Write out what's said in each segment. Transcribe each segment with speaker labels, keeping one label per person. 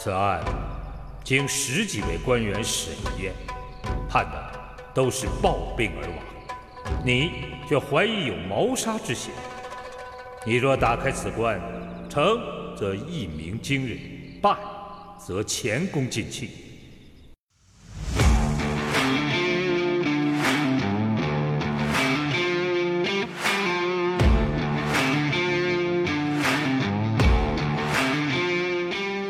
Speaker 1: 此案经十几位官员审验，判的都是暴病而亡，你却怀疑有谋杀之嫌。你若打开此关，成则一鸣惊人，败则前功尽弃。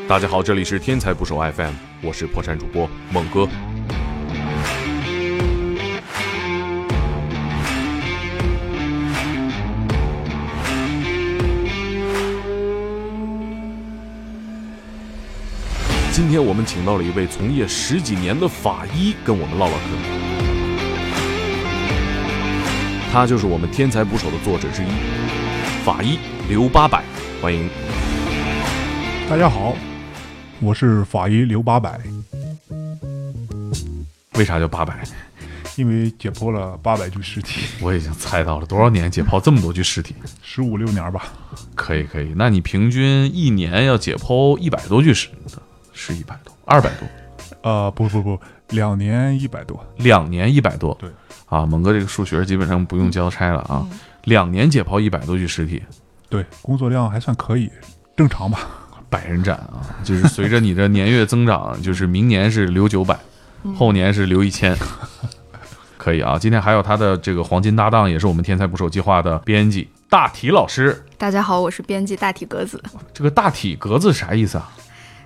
Speaker 2: 大家好，这里是天才捕手 FM，我是破产主播猛哥。今天我们请到了一位从业十几年的法医，跟我们唠唠嗑。他就是我们天才捕手的作者之一，法医刘八百，欢迎。
Speaker 3: 大家好，我是法医刘八百，
Speaker 2: 为啥叫八百？
Speaker 3: 因为解剖了八百具尸体，
Speaker 2: 我已经猜到了，多少年解剖这么多具尸体？
Speaker 3: 十五六年吧，
Speaker 2: 可以可以，那你平均一年要解剖一百多具尸，是一百多，二百多，
Speaker 3: 呃，不不不，两年一百多，
Speaker 2: 两年一百多。
Speaker 3: 对，
Speaker 2: 啊，猛哥这个数学基本上不用交差了啊，两年解剖一百多具尸体，
Speaker 3: 对，工作量还算可以，正常吧？
Speaker 2: 百人斩啊，就是随着你的年月增长，就是明年是留九百，后年是留一千。 可以啊，今天还有他的这个黄金搭档，也是我们天才捕手计划的编辑大体老师。
Speaker 4: 大家好，我是编辑大体格子。
Speaker 2: 这个大体格子啥意思啊？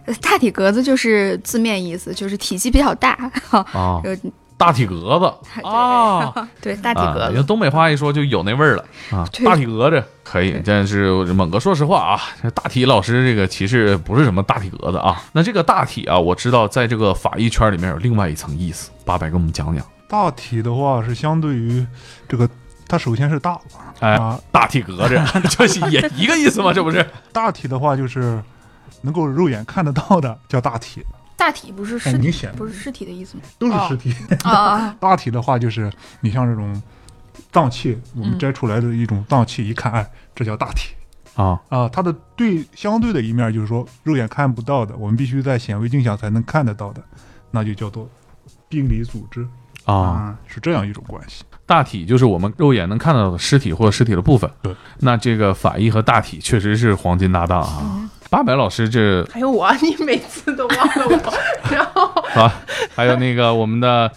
Speaker 4: 呃大体格子就是字面意思，就是体积比较大。 哈，
Speaker 2: 啊，
Speaker 4: 呃，
Speaker 2: 大体格 子啊，
Speaker 4: 对，大体格
Speaker 2: 啊，
Speaker 4: 子。
Speaker 2: 用东北话一说就有那味儿了啊。
Speaker 4: 对
Speaker 2: 大体格子可以，但是猛哥说实话啊，这大体老师这个其实不是什么大体格子啊。那这个大体啊，我知道在这个法医圈里面有另外一层意思，八百给我们讲讲。
Speaker 3: 大体的话是相对于这个，它首先是大
Speaker 2: 哎
Speaker 3: 啊，
Speaker 2: 大体格 子就是也一个意思嘛，这不是？
Speaker 3: 大体的话就是能够肉眼看得到的叫大体，哎
Speaker 4: 大体不哎是
Speaker 3: 很
Speaker 4: 尸
Speaker 3: 明
Speaker 4: 体，
Speaker 3: 显
Speaker 4: 不是尸体的意思吗？
Speaker 3: 都是尸体。
Speaker 4: 啊啊，
Speaker 3: 大体的话就是你像这种脏器，我们
Speaker 4: 嗯
Speaker 3: 摘出来的一种脏器，一看，哎，这叫大体。
Speaker 2: 啊，
Speaker 3: 啊，它的对相对的一面就是说肉眼看不到的，我们必须在显微镜下才能看得到的，那就叫做病理组织
Speaker 2: 啊，，
Speaker 3: 是这样一种关系。
Speaker 2: 大体就是我们肉眼能看到的尸体或者尸体的部分。
Speaker 3: 对，
Speaker 2: 那这个法医和大体确实是黄金搭档
Speaker 4: 嗯
Speaker 2: 啊。八百老师这
Speaker 5: 还有我，啊 你每次都忘了我，然后
Speaker 2: 啊，还有那个我们的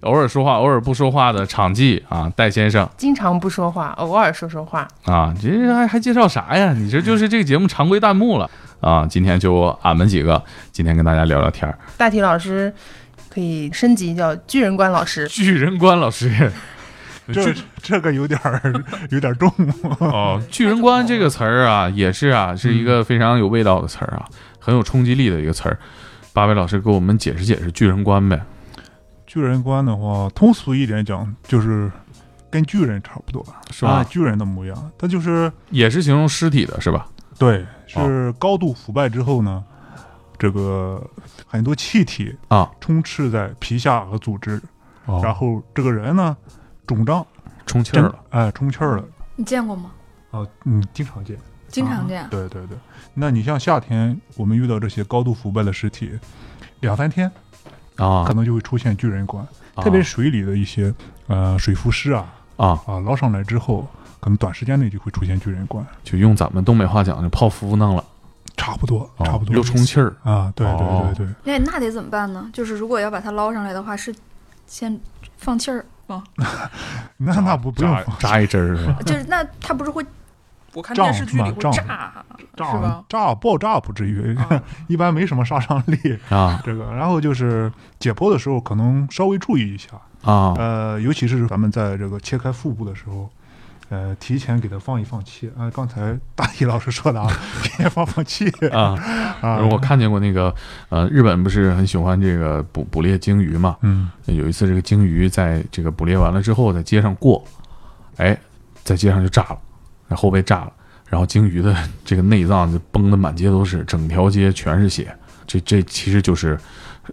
Speaker 2: 偶尔说话、偶尔不说话的场记啊，戴先生
Speaker 5: 经常不说话，偶尔说说话。
Speaker 2: 啊，你这还还介绍啥呀？你这就是这个节目常规弹幕了啊！今天就俺们几个，今天跟大家聊聊天儿。
Speaker 5: 大体老师可以升级叫巨人观老师，
Speaker 2: 巨人观老师，
Speaker 3: 这
Speaker 2: 巨
Speaker 3: 嗯这个有点儿 有点儿重，
Speaker 2: 哦，巨人观这个词儿啊，也是啊，是一个非常有味道的词儿啊，很有冲击力的一个词儿。八位老师给我们解释解释巨人观呗。
Speaker 3: 巨人观的话，通俗一点讲就是跟巨人差不多，
Speaker 2: 是吧
Speaker 3: 啊巨人的模样，它就是
Speaker 2: 也是形容尸体的是吧？
Speaker 3: 对，啊是高度腐败之后呢，这个很多气体
Speaker 2: 啊
Speaker 3: 充斥在皮下和组织，然
Speaker 2: 哦，
Speaker 3: 后这个人呢肿胀。
Speaker 2: 充气儿了，
Speaker 3: 哎，充气儿了。
Speaker 4: 你见过吗？
Speaker 3: 哦，嗯，经常见。啊
Speaker 4: 经常见。
Speaker 3: 对对对，那你像夏天，我们遇到这些高度腐败的尸体，两三天
Speaker 2: 啊
Speaker 3: 可能就会出现巨人观，
Speaker 2: 啊
Speaker 3: 特别是水里的一些呃水浮尸啊
Speaker 2: 啊，
Speaker 3: 啊捞上来之后，可能短时间内就会出现巨人观，
Speaker 2: 就用咱们东北话讲，就泡芙弄了。
Speaker 3: 差不多，差不多。
Speaker 2: 哦又充气儿
Speaker 3: 啊，对
Speaker 2: 哦
Speaker 3: 对对对，
Speaker 4: 那那得怎么办呢？就是如果要把它捞上来的话，是先放气儿吗？
Speaker 3: 那那不不用
Speaker 2: 扎扎一针儿是吧？
Speaker 4: 就是那它不是会？我看
Speaker 3: 胀
Speaker 4: 电视剧里
Speaker 3: 是吧
Speaker 4: 会
Speaker 3: 胀
Speaker 4: 炸，是
Speaker 3: 炸
Speaker 4: 吧？啊
Speaker 3: 炸爆炸不至于， 一般没什么杀伤力。
Speaker 2: 啊
Speaker 3: 这个，然后就是解剖的时候可能稍微注意一下，
Speaker 2: 啊
Speaker 3: 呃，尤其是咱们在这个切开腹部的时候，呃，提前给它放一放气啊。刚才大体老师说 的啊，提前放放气
Speaker 2: 啊！
Speaker 3: 啊。
Speaker 2: 我看见过那个，呃，日本不是很喜欢这个捕捕猎鲸鱼嘛？
Speaker 3: 嗯，
Speaker 2: 有一次，这个鲸鱼在这个捕猎完了之后，在街上过，哎，在街上就炸了，然后被炸了，然后鲸鱼的这个内脏就崩得满街都是，整条街全是血这这其实就是，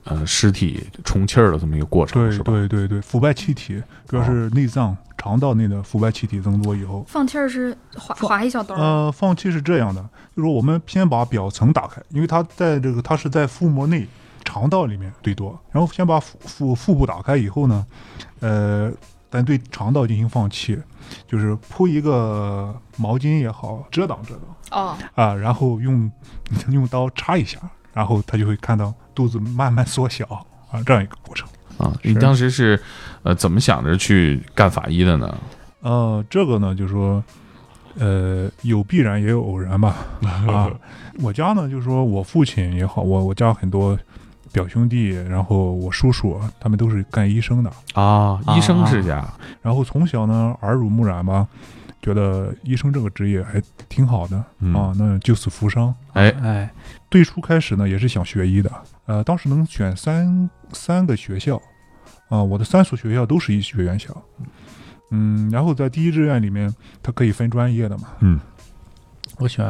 Speaker 2: 呃，尸体充气儿的这么一个哦过程，
Speaker 3: 对
Speaker 2: 是吧？
Speaker 3: 对对对，腐败气体，主要是内脏、肠道内的腐败气体增多以后，
Speaker 4: 放气儿是划
Speaker 3: 放
Speaker 4: 划一小刀儿，
Speaker 3: 呃，放气是这样的，就是我们先把表层打开，因为它在这个它是在腹膜内肠道里面最多，然后先把腹腹腹部打开以后呢，呃，咱对肠道进行放气，就是铺一个毛巾也好，遮挡遮挡
Speaker 4: 哦，
Speaker 3: 啊，然后用 用刀插一下，然后它就会看到肚子慢慢缩小啊，这样一个过程。
Speaker 2: 啊，你
Speaker 3: 是
Speaker 2: 当时是，呃，怎么想着去干法医的呢？
Speaker 3: 呃，这个呢，就是说，呃，有必然也有偶然吧。啊，我家呢，就是说我父亲也好，我我家很多表兄弟，然后我叔叔，他们都是干医生的。
Speaker 2: 啊，医生世家，
Speaker 3: 然后从小呢，耳濡目染吧，觉得医生这个职业还挺好的、
Speaker 2: 嗯
Speaker 3: 啊，那救死扶伤。
Speaker 2: 哎，
Speaker 6: 哎，
Speaker 3: 最初开始呢，也是想学医的，呃，当时能选三三个学校，啊、我的三所学校都是医学院校，嗯，然后在第一志愿里面，它可以分专业的嘛，
Speaker 2: 嗯，
Speaker 3: 我选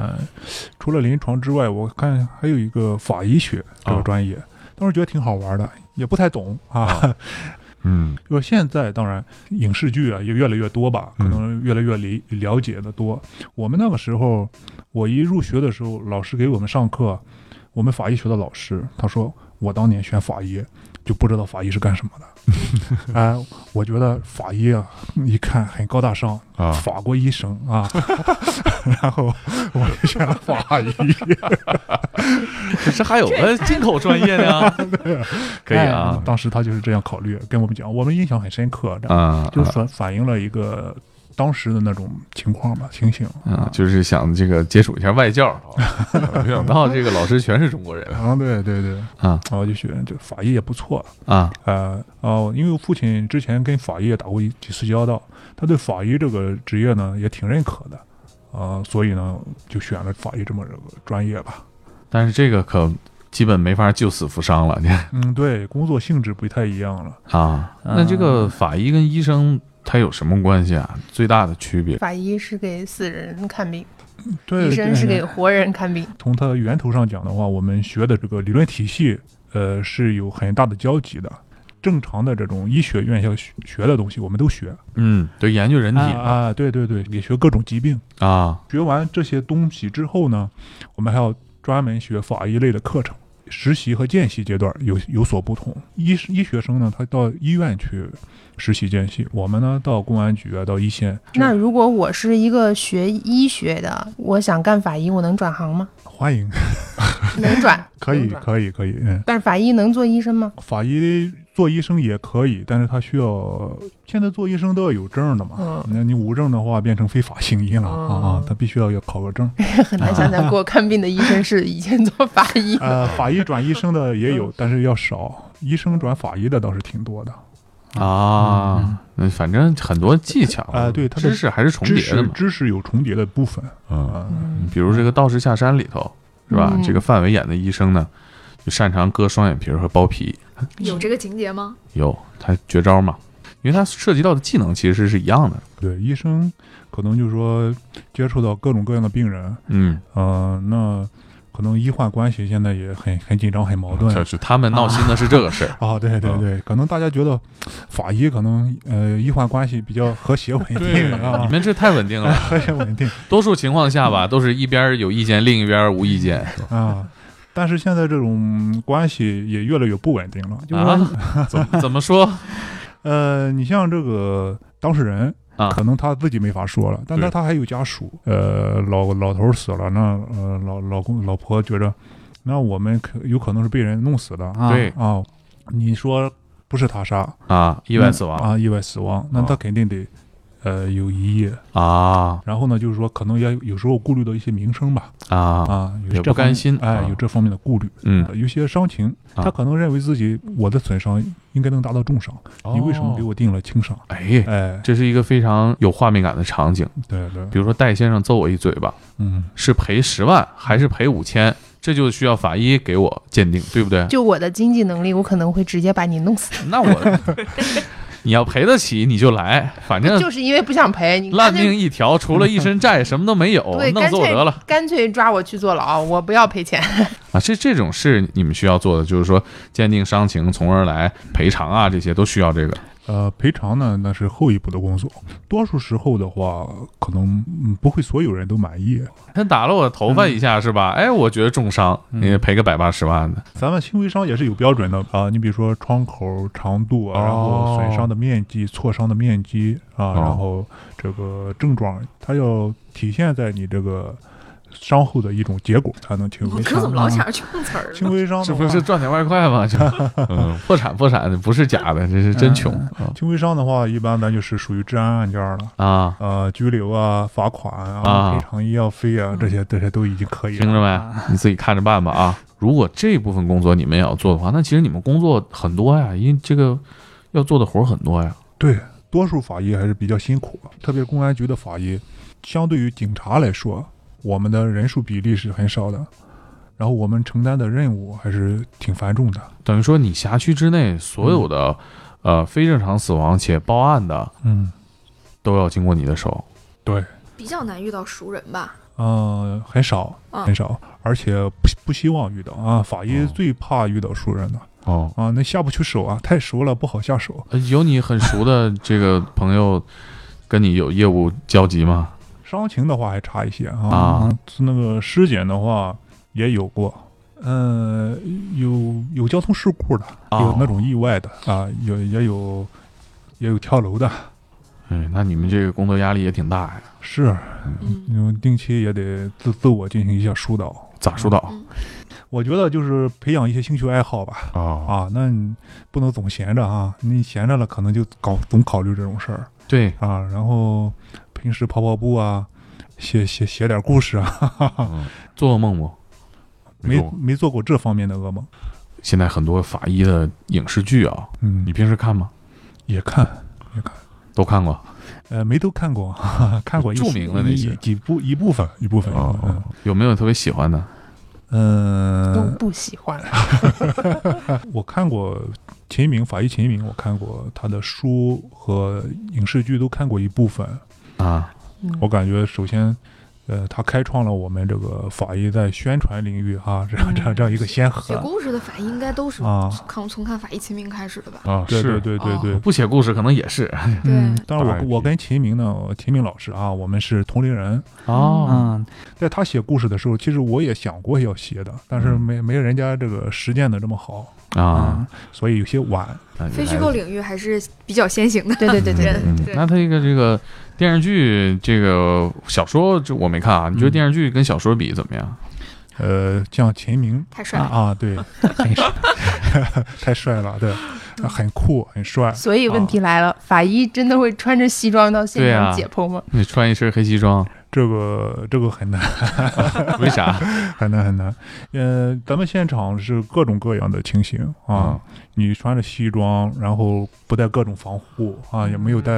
Speaker 3: 除了临床之外，我看还有一个法医学这个
Speaker 2: 哦
Speaker 3: 专业，当时觉得挺好玩的，也不太懂啊，
Speaker 2: 嗯
Speaker 3: 就是现在，当然影视剧啊也越来越多吧，可
Speaker 2: 嗯
Speaker 3: 能越来越理了解的多。我们那个时候，我一入学的时候，老师给我们上课，我们法医学的老师他说，我当年选法医就不知道法医是干什么 的，哎，我觉得法医啊，一看很高大上，
Speaker 2: 啊，
Speaker 3: 法国医生 啊，然后我就选了法医，
Speaker 6: 可是还有个进口专业的 啊，
Speaker 2: 可以啊
Speaker 3: 哎，当时他就是这样考虑，跟我们讲，我们印象很深刻，
Speaker 2: 啊啊
Speaker 3: 就反反映了一个当时的那种情况吧，情形
Speaker 2: 啊，就是想这个接触一下外教， 啊没想到这个老师全是中国人
Speaker 3: 啊，对对对，
Speaker 2: 啊
Speaker 3: 然后就学就法医也不错，
Speaker 2: 啊，
Speaker 3: 呃哦，因为我父亲之前跟法医也打过一几次交道，他对法医这个职业呢也挺认可的，啊、所以呢就选了法医这么个专业吧。
Speaker 2: 但是这个可基本没法救死扶伤了，这
Speaker 3: 嗯，对，工作性质不太一样了。
Speaker 2: 啊，那这个法医跟医生他有什么关系啊？最大的区别
Speaker 5: 法医是给死人看病，
Speaker 3: 对，
Speaker 5: 医生
Speaker 3: 对
Speaker 5: 是
Speaker 3: 对
Speaker 5: 给活人看病。
Speaker 3: 从它源头上讲的话，我们学的这个理论体系，呃，是有很大的交集的。正常的这种医学院校学学的东西，我们都学
Speaker 2: 嗯，对，研究人体
Speaker 3: 啊啊，对对对，也学各种疾病。
Speaker 2: 啊，
Speaker 3: 学完这些东西之后呢，我们还要专门学法医类的课程。实习和见习阶段有有所不同，医医学生呢，他到医院去实习见习，我们呢到公安局啊，到一线。
Speaker 5: 那如果我是一个学医学的，我想干法医，我能转行 吗？
Speaker 3: 欢迎，
Speaker 5: 能转，
Speaker 3: 可以
Speaker 5: 能转
Speaker 3: 可以可以，嗯。
Speaker 5: 但是法医能做医生 吗？
Speaker 3: 法医做医生也可以，但是他需要现在做医生都要有证的嘛。
Speaker 5: 嗯，
Speaker 3: 那你无证的话，变成非法行医了、啊
Speaker 5: 哦！
Speaker 3: 他必须要要考个证。
Speaker 5: 很难想象给我看病的医生是以前做法 医。
Speaker 3: 呃，法医转医生的也
Speaker 2: 嗯
Speaker 3: 有，但是要少。医生转法医的倒是挺多的。
Speaker 2: 啊，那反正很多技巧
Speaker 3: 啊对它的
Speaker 2: 知识还是重
Speaker 3: 知
Speaker 2: 叠的
Speaker 3: 识
Speaker 2: 嘛。
Speaker 3: 知识有重叠的部分
Speaker 2: 嗯，
Speaker 3: 啊。
Speaker 5: 嗯
Speaker 2: 比如这个《道士下山》里头是吧？
Speaker 5: 嗯
Speaker 2: 这个范伟演的医生呢，就擅长割双眼皮儿和包皮，
Speaker 4: 有这个情节吗？
Speaker 2: 有他绝招嘛，因为他涉及到的技能其实是一样的。
Speaker 3: 对，医生可能就是说接触到各种各样的病人，
Speaker 2: 嗯，
Speaker 3: 呃，那可能医患关系现在也很很紧张、很矛盾。
Speaker 2: 就是他们闹心的是这个事儿。
Speaker 3: 啊，对对
Speaker 2: 嗯
Speaker 3: 对，可能大家觉得法医可能呃医患关系比较和谐稳定啊，
Speaker 2: 你们这太稳定了，
Speaker 3: 和谐稳定
Speaker 2: 多数情况 下吧，都是一边儿有意见，另一边儿无意见。
Speaker 3: 啊。但是现在这种关系也越来越不稳定了，就是说，
Speaker 2: 啊，怎么怎么说
Speaker 3: 呃，你像这个当事人
Speaker 2: 啊
Speaker 3: 可能他自己没法说了，但他
Speaker 2: 对
Speaker 3: 他还有家属，呃，老老头儿死了，那呃老老公老婆觉着，那我们可有可能是被人弄死的啊
Speaker 6: 啊
Speaker 2: 对
Speaker 3: 啊，你说不是他杀，
Speaker 2: 啊？意外死亡
Speaker 3: 啊，意外死亡，那
Speaker 2: 啊
Speaker 3: 他肯定得。呃，有疑义，
Speaker 2: 啊
Speaker 3: 然后呢，就是说可能也有时候顾虑到一些民生吧，
Speaker 2: 啊！
Speaker 3: 啊，
Speaker 2: 也
Speaker 3: 有
Speaker 2: 不
Speaker 3: 这方面
Speaker 2: 甘心
Speaker 3: 哎
Speaker 2: 啊，
Speaker 3: 有这方面的顾虑，
Speaker 2: 嗯
Speaker 3: 呃有些伤情，
Speaker 2: 啊
Speaker 3: 他可能认为自己我的损伤应该能达到重伤，
Speaker 2: 哦
Speaker 3: 你为什么给我定了轻伤？
Speaker 2: 哎，
Speaker 3: 哎，
Speaker 2: 这是一个非常有画面感的场景。
Speaker 3: 对对，
Speaker 2: 比如说戴先生揍我一嘴巴，
Speaker 3: 嗯，
Speaker 2: 是赔十万还是赔五千？这就需要法医给我鉴定，对不对？
Speaker 5: 就我的经济能力，我可能会直接把你弄死。
Speaker 2: 那我你要赔得起你就来，反正
Speaker 5: 就是因为不想赔你
Speaker 2: 烂
Speaker 5: 干脆
Speaker 2: 命一条，除了一身债什么都没有，
Speaker 5: 对，
Speaker 2: 弄
Speaker 5: 干
Speaker 2: 死我
Speaker 5: 脆
Speaker 2: 得了
Speaker 5: 干脆抓我去坐牢，我不要赔钱。
Speaker 2: 啊！这这种事你们需要做的就是说鉴定伤情，从而来赔偿啊，这些都需要这个。
Speaker 3: 呃，赔偿呢，那是后一步的工作。多数时候的话，可能、嗯、不会所有人都满意。
Speaker 2: 他打了我头发一下、是
Speaker 5: 嗯
Speaker 2: 吧？哎，我觉得重伤，
Speaker 6: 嗯
Speaker 2: 你赔个百八十万的，
Speaker 3: 咱们轻微伤也是有标准的啊，你比如说窗口长度啊，然后
Speaker 2: 哦
Speaker 3: 损伤的面积、挫伤的面积啊，然后这个症状，它要体现在你这个伤后的一种结果才能轻
Speaker 4: 我
Speaker 3: 微
Speaker 4: 哥
Speaker 3: 伤。
Speaker 4: 哦怎么老想着碰瓷儿
Speaker 3: 轻
Speaker 4: 呢？
Speaker 3: 微
Speaker 5: 嗯
Speaker 3: 伤的
Speaker 2: 这
Speaker 3: 话
Speaker 2: 不是赚点外快吗？就嗯，破产破产不是假的，这是真穷
Speaker 5: 嗯
Speaker 2: 啊
Speaker 3: 轻微伤的话，一般咱就是属于治安案件了。
Speaker 2: 啊！
Speaker 3: 呃，拘留啊、罚款
Speaker 2: 啊
Speaker 3: 啊、赔偿医药费啊，这些这些都已经可以
Speaker 2: 听
Speaker 3: 了。
Speaker 2: 着没？你自己看着办吧啊！如果这部分工作你们也要做的话，那其实你们工作很多呀，因为这个要做的活儿很多呀。
Speaker 3: 对，多数法医还是比较辛苦，特别公安局的法医，相对于警察来说，我们的人数比例是很少的，然后我们承担的任务还是挺繁重的。
Speaker 2: 等于说你辖区之内所有的、呃非正常死亡且报案的
Speaker 3: 嗯，
Speaker 2: 都要经过你的手。
Speaker 4: 比较难遇到熟人吧？
Speaker 3: 呃，很少，
Speaker 4: 啊
Speaker 3: 很少，而且不不希望遇到啊。法医
Speaker 2: 哦
Speaker 3: 最怕遇到熟人了
Speaker 2: 哦，
Speaker 3: 啊，那下不去手啊，太熟了不好下手。
Speaker 2: 呃有你很熟的这个朋友跟你有业务交集吗？
Speaker 3: 伤情的话还差一些啊，
Speaker 2: 啊
Speaker 3: 是那个尸检的话也有过，呃，有有交通事故的，
Speaker 2: 哦
Speaker 3: 有那种意外的啊，有也有也有跳楼的，
Speaker 2: 哎，那你们这个工作压力也挺大呀。
Speaker 3: 是，
Speaker 4: 嗯，
Speaker 3: 嗯，定期也得自自我进行一下疏导。
Speaker 2: 咋疏导？
Speaker 3: 我觉得就是培养一些兴趣爱好吧，
Speaker 2: 哦，
Speaker 3: 啊，那你不能总闲着啊，你闲着了可能就搞总考虑这种事儿
Speaker 2: 对，
Speaker 3: 啊，然后平时跑跑步啊，写写写点故事啊，
Speaker 2: 嗯做噩梦不？
Speaker 3: 没
Speaker 2: 做过
Speaker 3: 没做过这方面的噩梦，
Speaker 2: 现在很多法医的影视剧啊，
Speaker 3: 嗯
Speaker 2: 你，平时看吗？
Speaker 3: 也看，
Speaker 2: 都看过。
Speaker 3: 呃，没都看过， 哈哈看过一
Speaker 2: 著
Speaker 3: 些
Speaker 2: 名的那
Speaker 3: 一
Speaker 2: 些
Speaker 3: 几部一部分一部分，
Speaker 2: 哦，有没有特别喜欢的？
Speaker 3: 嗯，
Speaker 5: 都
Speaker 3: 呃
Speaker 5: 不喜欢，
Speaker 3: 我看过秦明法医秦明，我看过他的书和影视剧都看过一部分，
Speaker 2: 啊，
Speaker 3: 我感觉首先。呃，他开创了我们这个法医在宣传领域哈、这样这样这样一个先河
Speaker 4: 写故事的法医应该都是
Speaker 3: 啊，
Speaker 4: 看从看法医秦明开始的吧？
Speaker 2: 啊
Speaker 3: 对对对对
Speaker 4: 哦
Speaker 3: 对，
Speaker 2: 不写故事可能也是
Speaker 3: 嗯
Speaker 4: 对，
Speaker 3: 当然
Speaker 2: 大
Speaker 3: 我我跟秦明呢，秦明老师啊，我们是同龄人，
Speaker 2: 哦，
Speaker 6: 嗯，
Speaker 3: 在他写故事的时候，其实我也想过要写的，但是
Speaker 2: 嗯
Speaker 3: 没没人家这个实践的这么好，嗯
Speaker 2: 啊，
Speaker 3: 所以有些晚。
Speaker 2: 那
Speaker 4: 非
Speaker 2: 原来
Speaker 4: 虚构领域还是比较先行的。
Speaker 5: 对对对对对，
Speaker 2: 嗯
Speaker 4: 对
Speaker 2: 那他这个这个电视剧、这个小说，这我没看啊。你觉得电视剧跟小说比怎么样？
Speaker 3: 呃，像秦明
Speaker 4: 太帅
Speaker 3: 啊
Speaker 4: 了，
Speaker 3: 啊， 对，很帅 太帅了，对，很酷，很帅。
Speaker 5: 所以问题来了，法医真的会穿着西装到现
Speaker 2: 对啊
Speaker 5: 场解剖 吗？
Speaker 2: 你穿一身黑西装，
Speaker 3: 这个这个很难，
Speaker 2: 为啥？
Speaker 3: 很难，很难。呃，咱们现场是各种各样的情形啊，你穿着西装，然后不戴各种防护啊，也没有戴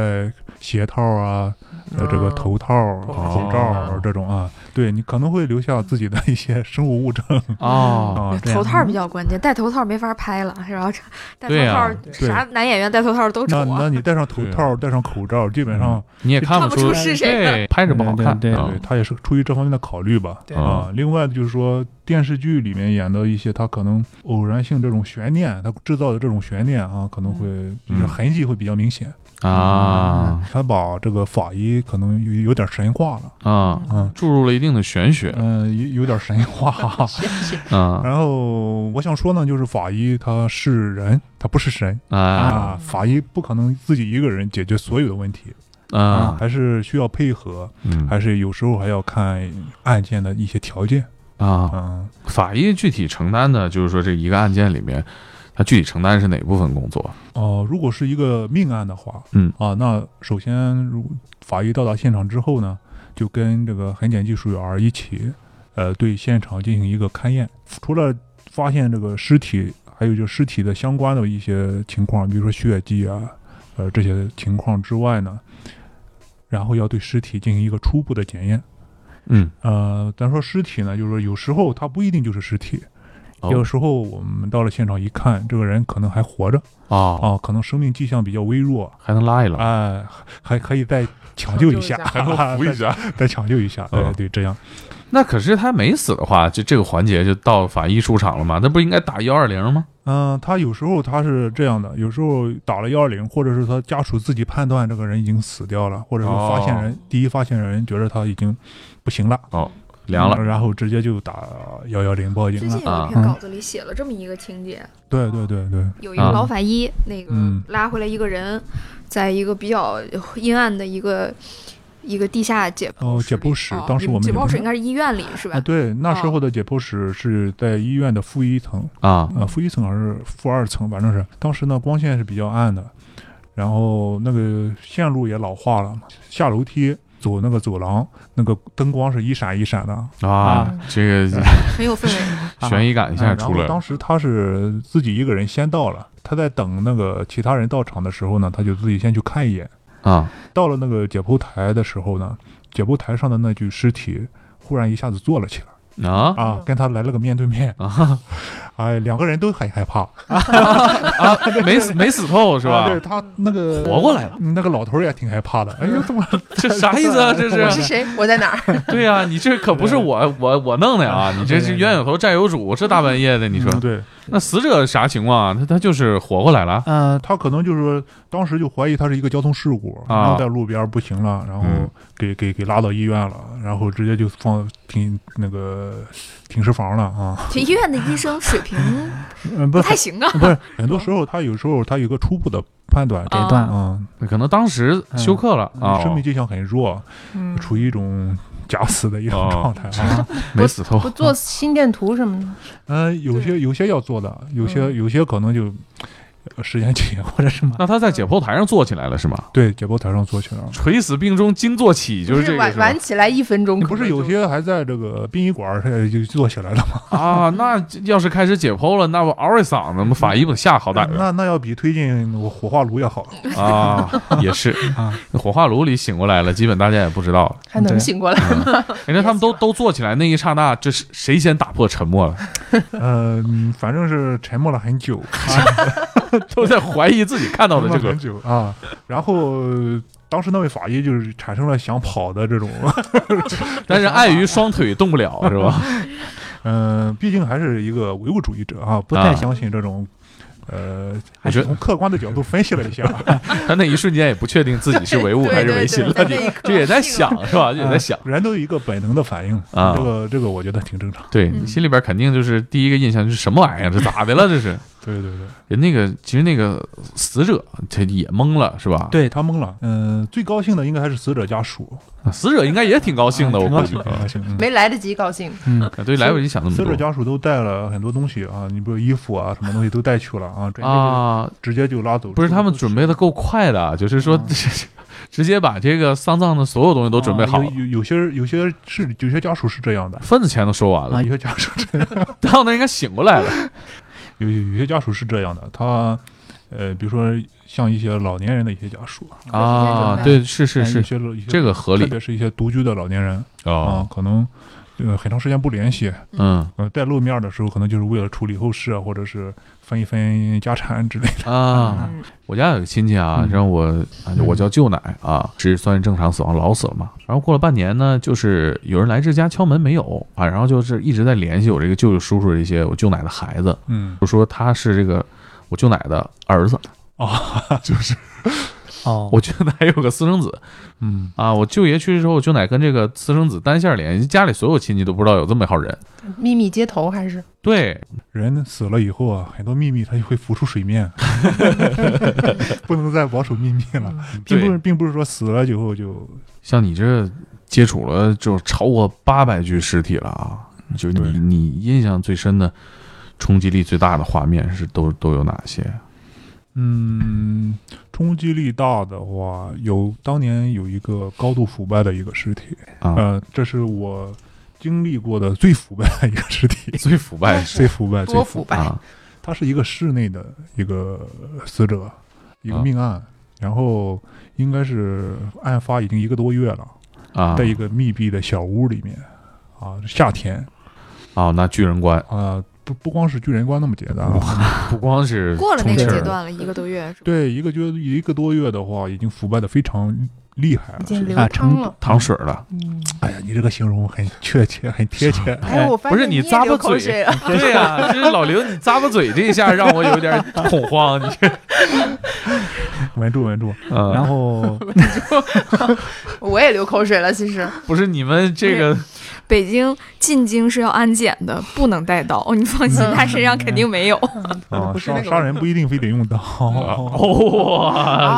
Speaker 3: 鞋套啊，呃，这个头套、口罩这种啊，对你可能会留下自己的一些生物物证
Speaker 2: 哦，
Speaker 3: 啊。这样
Speaker 4: 头套比较关键，戴头套没法拍了，然后这戴
Speaker 2: 对
Speaker 3: 啊
Speaker 2: 呀
Speaker 4: 头套啥男演员戴头套都丑
Speaker 3: 那
Speaker 4: 啊
Speaker 3: 那。你戴上头套，戴上口罩，基本上
Speaker 2: 你也看
Speaker 4: 看
Speaker 2: 出
Speaker 4: 不出是谁
Speaker 2: 对，拍着不好看。
Speaker 6: 对对对
Speaker 2: 啊
Speaker 3: 嗯对，他也是出于这方面的考虑吧。
Speaker 6: 对
Speaker 3: 啊，另外就是说，电视剧里面演的一些，他可能偶然性这种悬念，他制造的这种悬念啊，可能会
Speaker 2: 嗯
Speaker 3: 就是痕迹会比较明显。
Speaker 2: 哦啊
Speaker 3: 他把这个法医可能有有点神话了，
Speaker 2: 啊，
Speaker 3: 嗯
Speaker 2: 注入了一定的玄学。
Speaker 3: 嗯、有有点神 话。
Speaker 2: 嗯
Speaker 3: 然后我想说呢，就是法医他是人，他不是神
Speaker 2: 啊
Speaker 3: 啊，法医不可能自己一个人解决所有的问题
Speaker 2: 啊
Speaker 3: 还是需要配合，
Speaker 2: 嗯
Speaker 3: 还是有时候还要看案件的一些条件。
Speaker 2: 啊！
Speaker 3: 嗯，
Speaker 2: 法医具体承担的就是说这一个案件里面，他具体承担是哪部分工作？
Speaker 3: 哦、如果是一个命案的话，
Speaker 2: 嗯
Speaker 3: 啊，那首先如法医到达现场之后呢，就跟这个痕检技术员儿一起，呃，对现场进行一个勘验。除了发现这个尸体，还有就尸体的相关的一些情况，比如说血迹啊，呃这些情况之外呢，然后要对尸体进行一个初步的检验。
Speaker 2: 嗯
Speaker 3: 呃，咱说尸体呢，就是说有时候它不一定就是尸体，
Speaker 2: 哦
Speaker 3: 有时候我们到了现场一看，这个人可能还活着
Speaker 2: 啊，
Speaker 3: 啊，可能生命迹象比较微弱，
Speaker 2: 还能拉一拉，
Speaker 3: 哎，还可以再抢救 一下，
Speaker 5: 抢
Speaker 2: 能扶一下。
Speaker 3: 再，再抢救一下，对
Speaker 2: 嗯
Speaker 3: 对，这样
Speaker 2: 啊那可是他没死的话，就这个环节就到法医出场了嘛？那不应该打幺二零吗？
Speaker 3: 嗯，他有时候他是这样的，有时候打了幺二零，或者是他家属自己判断这个人已经死掉了，或者是发现人、第一发现人觉得他已经不行了，
Speaker 2: 凉了，
Speaker 3: 嗯然后直接就打幺幺零报警
Speaker 4: 最
Speaker 3: 了
Speaker 4: 近。有
Speaker 2: 啊
Speaker 4: 一篇稿子里写了这么一个情节，
Speaker 3: 对对对对，
Speaker 4: 有一个
Speaker 2: 啊
Speaker 4: 老法医，那个
Speaker 3: 嗯
Speaker 4: 拉回来一个人，在一个比较阴暗的一个一个地下解
Speaker 3: 哦
Speaker 4: 剖室
Speaker 3: 解
Speaker 4: 里，
Speaker 3: 剖室
Speaker 4: 哦
Speaker 3: 当时我们
Speaker 4: 解
Speaker 3: 也
Speaker 4: 剖
Speaker 3: 不
Speaker 4: 室
Speaker 3: 是
Speaker 4: 应该是医院里是吧？哦
Speaker 3: 啊对，那时候的解剖室是在医院的负一层，
Speaker 2: 啊
Speaker 3: 啊，负一层还是负二层，反正是当时呢光线是比较暗的，然后那个线路也老化了嘛，下楼梯走那个走廊，那个灯光是一闪一闪的，
Speaker 2: 啊！这个
Speaker 4: 很有氛围。
Speaker 2: 悬疑感一下
Speaker 3: 嗯
Speaker 2: 出
Speaker 3: 然
Speaker 2: 来
Speaker 3: 后
Speaker 2: 了
Speaker 3: 当时他是自己一个人先到了，他在等那个其他人到场的时候呢，他就自己先去看一眼。
Speaker 2: 啊！
Speaker 3: 到了那个解剖台的时候呢，解剖台上的那具尸体忽然一下子坐了起来
Speaker 2: 啊
Speaker 3: 啊，跟他来了个面对面
Speaker 2: 啊
Speaker 3: 哎，两个人都很害怕，
Speaker 2: 啊！没死没死透是
Speaker 3: 啊
Speaker 2: 吧
Speaker 3: 对？他那个
Speaker 6: 活过来了，
Speaker 3: 嗯那个老头儿也挺害怕的。哎 呦，怎么
Speaker 2: 这啥意思啊？这
Speaker 5: 我是
Speaker 2: 是
Speaker 5: 谁？我在哪儿？
Speaker 2: 对呀、你这可不是我我我弄的啊！你这是冤有头债有主，这大半夜的，你说
Speaker 3: 嗯对，
Speaker 2: 那死者啥情况啊？他他就是活过来了
Speaker 6: 呃，
Speaker 3: 他可能就是说当时就怀疑他是一个交通事故，
Speaker 2: 啊
Speaker 3: 然后在路边儿不行了，然后
Speaker 2: 嗯
Speaker 3: 给给给拉到医院了，然后直接就放停那个停尸房了啊。
Speaker 4: 这医院的医生水平
Speaker 3: 嗯， 不
Speaker 4: 不
Speaker 3: 是
Speaker 4: 太行啊，
Speaker 3: 不是， 很多时候他有时候他有个初步的判断，
Speaker 4: 啊
Speaker 6: 诊断
Speaker 3: 嗯，
Speaker 2: 可能当时休克了啊、
Speaker 3: 哎生命迹象很弱，
Speaker 5: 嗯，
Speaker 3: 处于一种假死的一种
Speaker 2: 哦
Speaker 3: 状态啊。
Speaker 2: 没死透
Speaker 5: 不做心电图什么的，
Speaker 3: 嗯，有些有些要做的，有些
Speaker 5: 嗯
Speaker 3: 有些可能就呃时间紧或者什么。
Speaker 2: 那他在解剖台上坐起来了是吗？
Speaker 3: 对，解剖台上做起来了。
Speaker 2: 垂死病中惊坐起，就是这个
Speaker 5: 晚
Speaker 2: 是吧
Speaker 5: 晚？起来一分钟
Speaker 3: 你
Speaker 5: 可能
Speaker 3: 不
Speaker 5: 就，
Speaker 3: 是有些还在这个殡仪馆儿呃就做起来了吗？
Speaker 2: 啊，那要是开始解剖了，那我嗷一嗓子，我们法医不得吓好歹
Speaker 3: 那那要比推进我火化炉 要好。
Speaker 2: 啊？也是
Speaker 3: 啊，
Speaker 2: 那火化炉里醒过来了，基本大家也不知道了。
Speaker 5: 还能
Speaker 6: 对
Speaker 5: 醒过来？
Speaker 2: 人家他们都都坐起来那一刹那，这是谁先打破沉默了？
Speaker 3: 呃，嗯反正是沉默了很久，啊、
Speaker 2: 都在怀疑自己看到
Speaker 3: 沉
Speaker 2: 的
Speaker 3: 默
Speaker 2: 这
Speaker 3: 了
Speaker 2: 个
Speaker 3: 很久啊。然后呃当时那位法医就是产生了想跑的这 种，
Speaker 2: 但是碍于双腿动不了，是 吧？
Speaker 3: 嗯、毕竟还是一个唯物主义者啊，不太
Speaker 2: 啊
Speaker 3: 相信这种。呃，
Speaker 2: 我
Speaker 3: 还
Speaker 2: 觉
Speaker 3: 是
Speaker 2: 得
Speaker 3: 从客观的角度分析了一下，
Speaker 2: 他那一瞬间也不确定自己是唯物
Speaker 4: 对
Speaker 2: 还是
Speaker 4: 对
Speaker 2: 唯
Speaker 4: 对
Speaker 2: 心了，
Speaker 4: 在那一刻
Speaker 2: 这也在想，是吧？ 这也在想
Speaker 3: 啊。人都有一个本能的反应
Speaker 2: 啊
Speaker 3: 这个这个我觉得挺正常。
Speaker 2: 对
Speaker 4: 嗯
Speaker 2: 你心里边肯定就是第一个印象就是什么玩意儿，这咋的了？这 是
Speaker 3: 对对对，
Speaker 2: 人那个其实那个死者他也懵了，是吧？
Speaker 3: 对他懵了。嗯，最高兴的应该还是死者家属，
Speaker 2: 死者应该也挺高兴的，我
Speaker 3: 挺
Speaker 2: 估
Speaker 3: 高
Speaker 2: 计啊
Speaker 3: 兴，。挺高兴。嗯
Speaker 5: 没来得及高兴，
Speaker 6: 嗯，
Speaker 2: 啊对，来不及想那么
Speaker 3: 死者
Speaker 2: 多
Speaker 3: 家属都带了很多东西啊，你比如衣服啊，什么东西都带去了啊，直接就、
Speaker 2: 啊，
Speaker 3: 直接就拉走。
Speaker 2: 不是他们准备的够快的，就是说、
Speaker 3: 啊
Speaker 2: 直接把这个丧葬的所有东西都准备好
Speaker 3: 啊
Speaker 2: 了，
Speaker 3: 有有有些有些是有些家属是这样的，
Speaker 2: 份子钱都收完了
Speaker 3: 啊有，些家属这样，
Speaker 2: 到那应该醒过来了。
Speaker 3: 有有有些家属是这样的，他呃，比如说像一些老年人的一些家属
Speaker 2: 啊，
Speaker 4: 对
Speaker 2: 对，是是
Speaker 3: 哎有
Speaker 2: 是，
Speaker 3: 些有些
Speaker 2: 这个合
Speaker 3: 特
Speaker 2: 理
Speaker 3: 别是一些独居的老年人啊
Speaker 2: 哦，，
Speaker 3: 可能。呃，很长时间不联系，
Speaker 2: 嗯
Speaker 3: 呃，在露面的时候，可能就是为了处理后事啊，或者是分一分家产之类的。
Speaker 2: 啊，我家有个亲戚啊，
Speaker 3: 嗯
Speaker 2: 让我啊我叫舅奶啊，是算是正常死亡，老死了嘛。然后过了半年呢，就是有人来这家敲门没有啊，然后就是一直在联系我这个舅舅叔叔这些我舅奶的孩子，
Speaker 3: 嗯，
Speaker 2: 就说他是这个我舅奶的儿子，
Speaker 6: 哦，
Speaker 2: 我舅奶有个私生子，
Speaker 3: 嗯，
Speaker 2: 啊，我舅爷去世之后，我舅奶跟这个私生子单线联系，家里所有亲戚都不知道有这么一号人。
Speaker 5: 秘密街头还是
Speaker 2: 对，
Speaker 3: 人死了以后啊，很多秘密它就会浮出水 面，不能再保守秘密了。并不
Speaker 2: 嗯对
Speaker 3: 是，并不是说死了以后就
Speaker 2: 像你这接触了就超过八百具尸体了啊，就你
Speaker 3: 对
Speaker 2: 你印象最深的、冲击力最大的画面是都都有哪些？
Speaker 3: 嗯，冲击力大的话，有当年有一个高度腐败的一个尸体，
Speaker 2: 啊，
Speaker 3: 呃，这是我经历过的最腐败的一个尸体
Speaker 2: 最腐 败
Speaker 3: 最腐败，最
Speaker 5: 多
Speaker 3: 腐
Speaker 5: 腐
Speaker 3: 败。
Speaker 5: 败？
Speaker 2: 啊
Speaker 3: 他是一个室内的一个死者，一个
Speaker 2: 啊
Speaker 3: 命案，然后应该是案发已经一个多月了，
Speaker 2: 啊
Speaker 3: 在一个密闭的小屋里面，啊，夏天
Speaker 2: 啊！那巨人观
Speaker 3: 啊。不不不光是巨人观那么简单啊。
Speaker 2: 不光是
Speaker 4: 过了
Speaker 2: 充
Speaker 4: 那
Speaker 2: 气
Speaker 4: 个
Speaker 2: 儿
Speaker 4: 阶，段了，一个多月是吧？
Speaker 3: 对，一个就一个多月的话，已经腐败的非常厉害
Speaker 5: 已
Speaker 3: 了。
Speaker 5: 经
Speaker 3: 是
Speaker 5: 流
Speaker 2: 哎，
Speaker 5: 汤
Speaker 2: 成
Speaker 5: 了。
Speaker 2: 淌水了。
Speaker 5: 嗯，
Speaker 3: 哎呀，你这个形容很确切，很贴切。
Speaker 5: 哎，我 发
Speaker 2: 不是
Speaker 5: 现
Speaker 2: 你
Speaker 5: 也
Speaker 2: 咂巴
Speaker 5: 流口
Speaker 2: 嘴
Speaker 5: 水了，
Speaker 2: 对呀、就是老刘，你咂巴嘴这一下让我有点恐慌。你这，
Speaker 3: 稳 住，稳住。
Speaker 2: 嗯，
Speaker 3: 然后
Speaker 5: 我也流口水了。其实
Speaker 2: 不是你们这 个
Speaker 4: 北京进京是要安检的，不能带刀。哦你放心，他身上肯定没有。
Speaker 2: 啊
Speaker 3: 啊，杀杀人不一定非得用刀。
Speaker 2: 哇，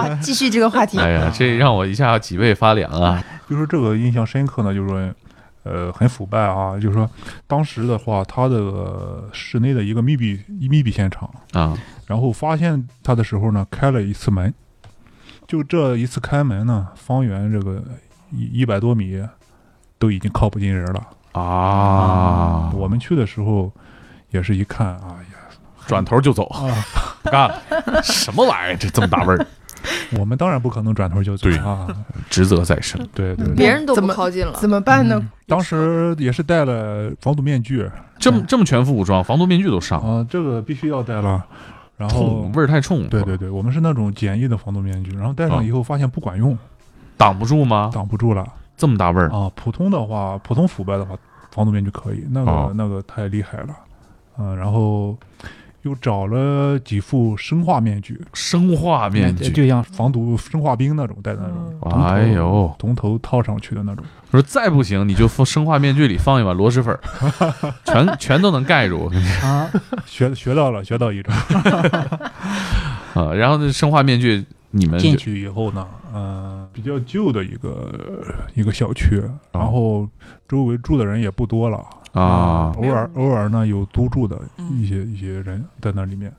Speaker 5: 啊，继续这个话题，
Speaker 2: 哎呀，这让我一下脊背发凉啊！
Speaker 3: 就说这个印象深刻呢，就是说，呃，很腐败啊，就是说当时的话，他的呃室内的一个密闭密闭现场，
Speaker 2: 啊，
Speaker 3: 然后发现他的时候呢，开了一次门，就这一次开门呢，方圆这个一一百多米都已经靠不近人了
Speaker 2: 啊，
Speaker 3: 我们去的时候也是一看，哎呀，
Speaker 2: 转头就走，
Speaker 3: 啊，
Speaker 2: 不干了，什么玩意儿？啊这这么大味儿，
Speaker 3: 我们当然不可能转头就走
Speaker 2: 对
Speaker 3: 啊，
Speaker 2: 职责在身。
Speaker 3: 对对对。
Speaker 4: 别人都
Speaker 5: 怎
Speaker 4: 不
Speaker 5: 么
Speaker 4: 靠近了，
Speaker 5: 怎么办呢？
Speaker 3: 当时也是戴了防毒面具
Speaker 2: 这么这么全副武装，防毒面具都上，
Speaker 3: 啊，这个必须要戴了。然后
Speaker 2: 冲味儿太冲，
Speaker 3: 对对，对，我们是那种简易的防毒面具，然后戴
Speaker 2: 啊
Speaker 3: 上以后发现不管用，
Speaker 2: 挡不住吗？
Speaker 3: 挡不住了
Speaker 2: 这么大味儿，
Speaker 3: 啊。普通的话，普通腐败的话，防毒面具可以，那个、
Speaker 2: 哦
Speaker 3: 那个太厉害了，嗯，然后又找了几副生化面具，
Speaker 2: 生化面具，
Speaker 3: 就像防毒生化兵那种戴的那种，铜头
Speaker 2: 哎呦，
Speaker 3: 铜头套上去的那种，
Speaker 2: 我说再不行你就放生化面具里放一碗螺蛳粉儿，全全都能盖 住。我跟你
Speaker 3: 啊，学学到了，学到一招。
Speaker 2: 嗯啊，然后那生化面具你们
Speaker 3: 进
Speaker 2: 就
Speaker 3: 去以后呢，嗯，比较旧的一个一个小区，
Speaker 2: 哦
Speaker 3: 然后周围住的人也不多了。
Speaker 2: 啊，
Speaker 3: 偶尔偶尔呢有租住的
Speaker 4: 嗯
Speaker 3: 一些、一些人在那里面，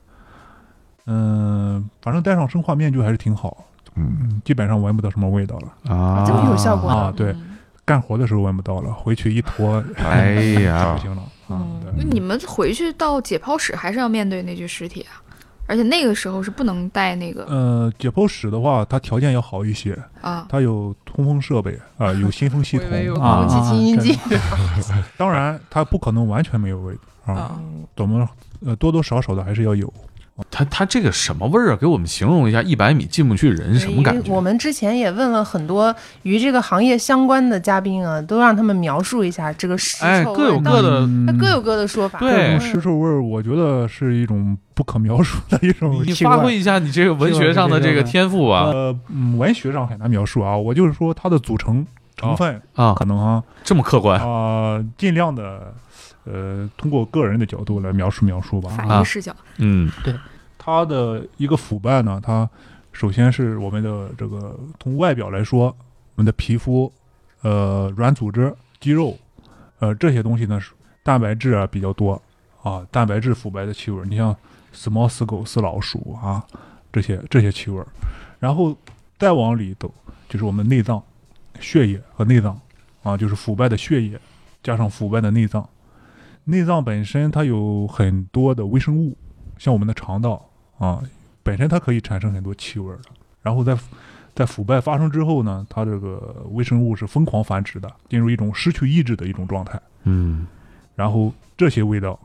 Speaker 3: 嗯、反正戴上生化面具还是挺好，
Speaker 2: 嗯
Speaker 3: 嗯，基本上闻不到什么味道了。
Speaker 2: 啊，
Speaker 5: 这么有效果
Speaker 3: 啊对
Speaker 4: 嗯
Speaker 3: 干活的时候闻不到了，回去一脱，
Speaker 2: 哎呀
Speaker 3: 不行了。
Speaker 5: 嗯
Speaker 3: 对
Speaker 4: 那你们回去到解剖室还是要面对那具尸体啊，而且那个时候是不能带那个
Speaker 3: 呃，解剖室的话，它条件要好一些，
Speaker 4: 啊，
Speaker 3: 它有通风设备啊、有新风系统
Speaker 5: 嗯 我以为有
Speaker 3: 啊
Speaker 5: 空气清新剂，
Speaker 3: 当然，它不可能完全没有味道啊，怎么呃多多少少的还是要有。
Speaker 2: 他他这个什么味儿啊？给我们形容一下，一百米进不去人什么感
Speaker 5: 哎我
Speaker 2: 觉？
Speaker 5: 们之前也问了很多与这个行业相关的嘉宾啊，都让他们描述一下这个尸
Speaker 2: 哎，
Speaker 5: 臭
Speaker 2: 各有
Speaker 5: 味
Speaker 2: 各
Speaker 5: 到底，
Speaker 2: 的，
Speaker 5: 它
Speaker 3: 嗯
Speaker 5: 各有各的说法。
Speaker 2: 对
Speaker 3: 这
Speaker 5: 嗯
Speaker 3: 种 尸臭味儿，我觉得是一种不可描述的一种
Speaker 2: 你
Speaker 3: 气味
Speaker 2: 发挥一下你这个文学上的这个天赋啊吧。
Speaker 3: 呃，嗯，文学上很难描述啊，我就是说它的组成成分、
Speaker 2: 啊，
Speaker 3: 可能啊
Speaker 2: 这么客
Speaker 3: 啊、
Speaker 2: 观
Speaker 3: 尽量的呃，通过个人的角度来描述描述吧。
Speaker 4: 法医视角，
Speaker 2: 嗯
Speaker 3: 它的一个腐败呢，它首先是我们的这个从外表来说，我们的皮肤、呃软组织、肌肉，呃这些东西呢，是蛋白质啊比较多啊，蛋白质腐败的气味儿，你像死猫、死狗、死老鼠啊这些这些气味儿，然后再往里走就是我们内脏、血液和内脏啊，就是腐败的血液加上腐败的内脏。内脏本身它有很多的微生物，像我们的肠道啊，本身它可以产生很多气味儿的。然后在在腐败发生之后呢，它这个微生物是疯狂繁殖的，进入一种失去抑制的一种状态。
Speaker 2: 嗯
Speaker 3: 然后这些味道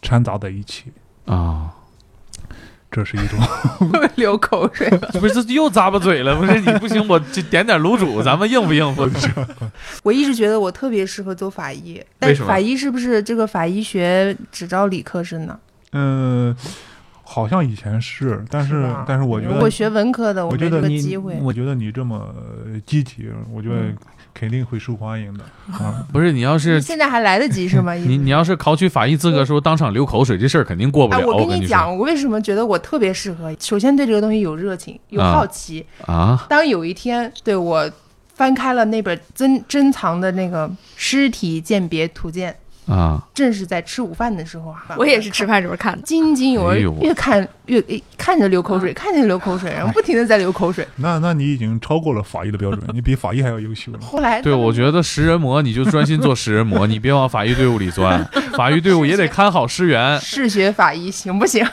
Speaker 3: 掺杂在一起，
Speaker 2: 啊，
Speaker 3: 这是 一种
Speaker 5: 流口水，
Speaker 2: 不是这又咂巴嘴了？不是你不行，我这点点卤煮，咱们应付应 付。
Speaker 5: 我一直觉得我特别适合做法医，但
Speaker 2: 什
Speaker 5: 是
Speaker 2: 么
Speaker 5: 法医是不是这个法医学只招理科生呢？
Speaker 3: 嗯、好像以前是，但是
Speaker 5: 吧
Speaker 3: 但是我觉
Speaker 5: 如果
Speaker 3: 得。
Speaker 5: 学文科的，
Speaker 3: 我
Speaker 5: 没
Speaker 3: 觉
Speaker 5: 这
Speaker 3: 得
Speaker 5: 个
Speaker 3: 你
Speaker 5: 机会，。
Speaker 3: 我觉得你这么积极，我觉得
Speaker 5: 嗯
Speaker 3: 肯定会受欢 迎的啊！
Speaker 2: 不是你要是
Speaker 5: 现在还来得及是吗？意思
Speaker 2: 你你要是考取法医资格的时候当场流口水，这事儿肯定过不
Speaker 5: 哎，
Speaker 2: 了。
Speaker 5: 我
Speaker 2: 跟
Speaker 5: 跟你
Speaker 2: 说
Speaker 5: 讲，我为什么觉得我特别适合？首先对这个东西有热情，有
Speaker 2: 啊
Speaker 5: 好奇。
Speaker 2: 啊，
Speaker 5: 当有一天对我翻开了那本珍珍藏的那个《尸体鉴别图鉴》，
Speaker 2: 啊，
Speaker 5: 正是在吃午饭的时候啊，
Speaker 4: 我也是 吃饭时候看的。
Speaker 5: 津津有
Speaker 2: 哎
Speaker 5: 味
Speaker 2: 呦，
Speaker 5: 越看越哎看着流口水，看着流口水，然 后不停的在流口水。
Speaker 3: 那那你已经超过了法医的标准，你比法医还要优秀了。
Speaker 5: 后来
Speaker 2: 对，
Speaker 5: 他们
Speaker 2: 我觉得食人魔你就专心做食人魔，你别往法医队伍里 钻，法医队伍也得看好尸源，
Speaker 5: 嗜血法医行不行？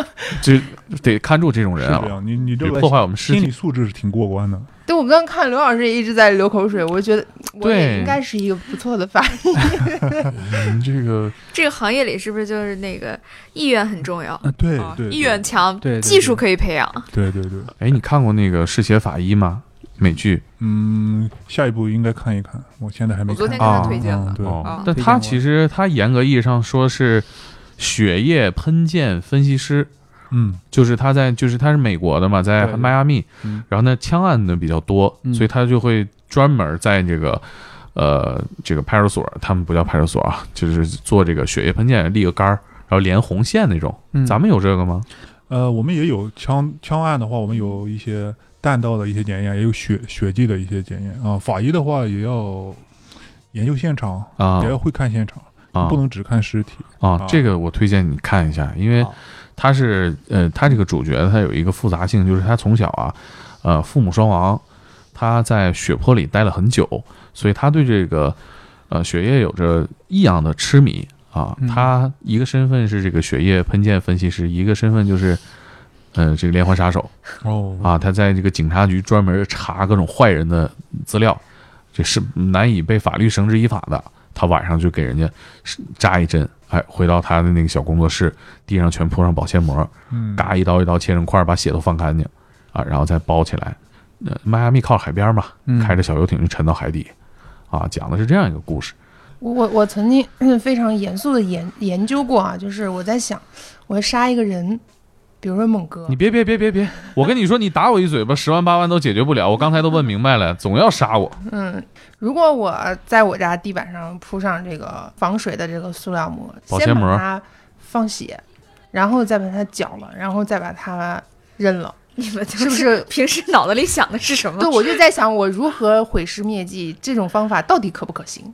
Speaker 2: 这得看住这种人
Speaker 3: 是这
Speaker 2: 啊，
Speaker 3: 样，你你这
Speaker 2: 得
Speaker 3: 个
Speaker 2: 破坏我们尸
Speaker 3: 心
Speaker 2: 体
Speaker 3: 理素质是挺过关的。
Speaker 5: 对，我刚刚看刘老师也一直在流口水，我觉得嗯我也
Speaker 2: 对
Speaker 5: 应该是一个不错的发译。
Speaker 2: 嗯这个
Speaker 4: 这个行业里是不是就是那个意愿很重要？
Speaker 3: 啊，对
Speaker 4: 啊
Speaker 3: 对，
Speaker 4: 意愿强，
Speaker 6: 对对
Speaker 4: 技术可以培养。
Speaker 3: 对对对，
Speaker 2: 哎，你看过那个《嗜血法医》吗？美剧
Speaker 3: 嗯，下一步应该看一看，我现在还没看。
Speaker 4: 我昨天给
Speaker 2: 看
Speaker 4: 他
Speaker 2: 啊
Speaker 4: 推荐了
Speaker 3: 嗯，对，
Speaker 2: 哦
Speaker 4: 啊，
Speaker 2: 但
Speaker 6: 推荐
Speaker 2: 他
Speaker 6: 过
Speaker 2: 其实他严格意义上说是血液喷溅分析师，
Speaker 3: 嗯
Speaker 2: 就是他在就是他是美国的嘛，在
Speaker 6: 对对
Speaker 2: 迈阿密
Speaker 6: 嗯，
Speaker 2: 然后呢枪案的比较多，
Speaker 6: 嗯
Speaker 2: 所以他就会专门在这个呃这个派出所，他们不叫派出所啊，就是做这个血液喷溅，立个杆儿，然后连红线那种。
Speaker 6: 嗯
Speaker 2: 咱们有这个吗？
Speaker 3: 呃，我们也有枪枪案的话，我们有一些弹道的一些检验，也有血血迹的一些检验啊。法医的话也要研究现场，
Speaker 2: 啊
Speaker 3: 也要会看现场，
Speaker 2: 啊
Speaker 3: 不能只看尸体。
Speaker 2: 啊
Speaker 3: 啊！
Speaker 2: 这个我推荐你看一下，因为
Speaker 6: 好
Speaker 2: 他是呃，他这个主角他有一个复杂性，就是他从小啊，呃，父母双亡，他在血泊里待了很久，所以他对这个呃血液有着异样的痴迷啊
Speaker 6: 嗯。
Speaker 2: 他一个身份是这个血液喷溅分析师，一个身份就是。呃，这个连环杀手
Speaker 3: 哦，
Speaker 2: 啊，他在这个警察局专门查各种坏人的资料，这是难以被法律绳之以法的。他晚上就给人家扎一针，哎，回到他的那个小工作室，地上全铺上保鲜膜，
Speaker 3: 嗯，
Speaker 2: 嘎一刀一刀切成块儿，把血都放干净啊，然后再包起来。呃，迈阿密靠海边嘛，
Speaker 6: 嗯
Speaker 2: 开着小游艇就沉到海底，啊，讲的是这样一个故事。
Speaker 5: 我我我曾经嗯非常严肃的研研究过啊，就是我在想，我要杀一个人，比如说猛哥
Speaker 2: 你，别别别别别，我跟你说，你打我一嘴巴，十万八万都解决不了。我刚才都问明白了，总要杀我。
Speaker 5: 嗯，如果我在我家地板上铺上这个防水的这个塑料膜，
Speaker 2: 保鲜
Speaker 5: 先
Speaker 2: 膜
Speaker 5: 把它放血，然后再把它搅了，然后再把它扔了。
Speaker 4: 你们就是
Speaker 5: 不是
Speaker 4: 平时脑子里想的是什么
Speaker 5: 对，？我就在想，我如何毁尸灭迹这种方法到底可不可行？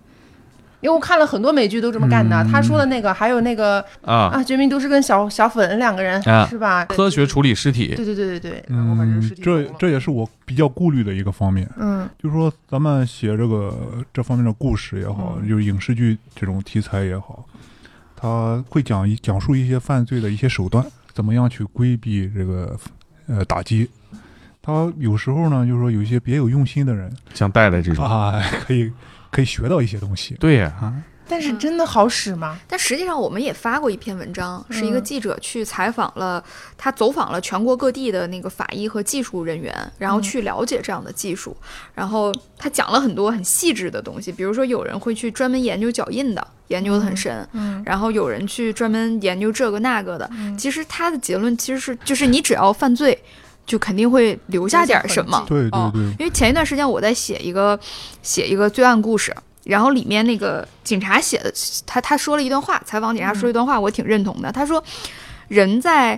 Speaker 5: 因为我看了很多美剧都这么干的。他说的那个，还有那个
Speaker 2: 啊，
Speaker 5: 嗯啊，《绝命毒师》跟小小粉两个人、
Speaker 2: 啊
Speaker 5: 是吧？
Speaker 2: 科学处理尸体，
Speaker 5: 对对对对对，然后把这个
Speaker 3: 嗯
Speaker 5: 尸体，
Speaker 3: 这
Speaker 5: 弄了
Speaker 3: 这也是我比较顾虑的一个方面，
Speaker 5: 嗯
Speaker 3: 就是说咱们写这个这方面的故事也好，
Speaker 5: 嗯
Speaker 3: 就是影视剧这种题材也好，它会讲一讲述一些犯罪的一些手段，怎么样去规避这个呃打击。他有时候呢，就是说有一些别有用心的人
Speaker 2: 像戴戴这种，
Speaker 3: 啊，可以可以学到一些东西。
Speaker 2: 对呀、
Speaker 5: 但是
Speaker 4: 嗯
Speaker 5: 真的好使吗？
Speaker 4: 但实际上，我们也发过一篇文章，是一个
Speaker 5: 嗯
Speaker 4: 记者去采访了，他走访了全国各地的那个法医和技术人员，然后
Speaker 5: 嗯
Speaker 4: 去了解这样的技术。然后他讲了很多很细致的东西，比如说有人会去专门研究脚印的，研究的很深；
Speaker 5: 嗯
Speaker 4: 然后有人去专门研究这个那个的。
Speaker 5: 嗯
Speaker 4: 其实他的结论其实是，就是你只要犯罪，就肯定会留下点儿什么。
Speaker 3: 对对
Speaker 4: 哦
Speaker 3: 对，
Speaker 4: 因为前一段时间我在写一个写一个罪案故事，然后里面那个警察写的，他他说了一段话，采访警察说一段话，我挺认同的。他说，人在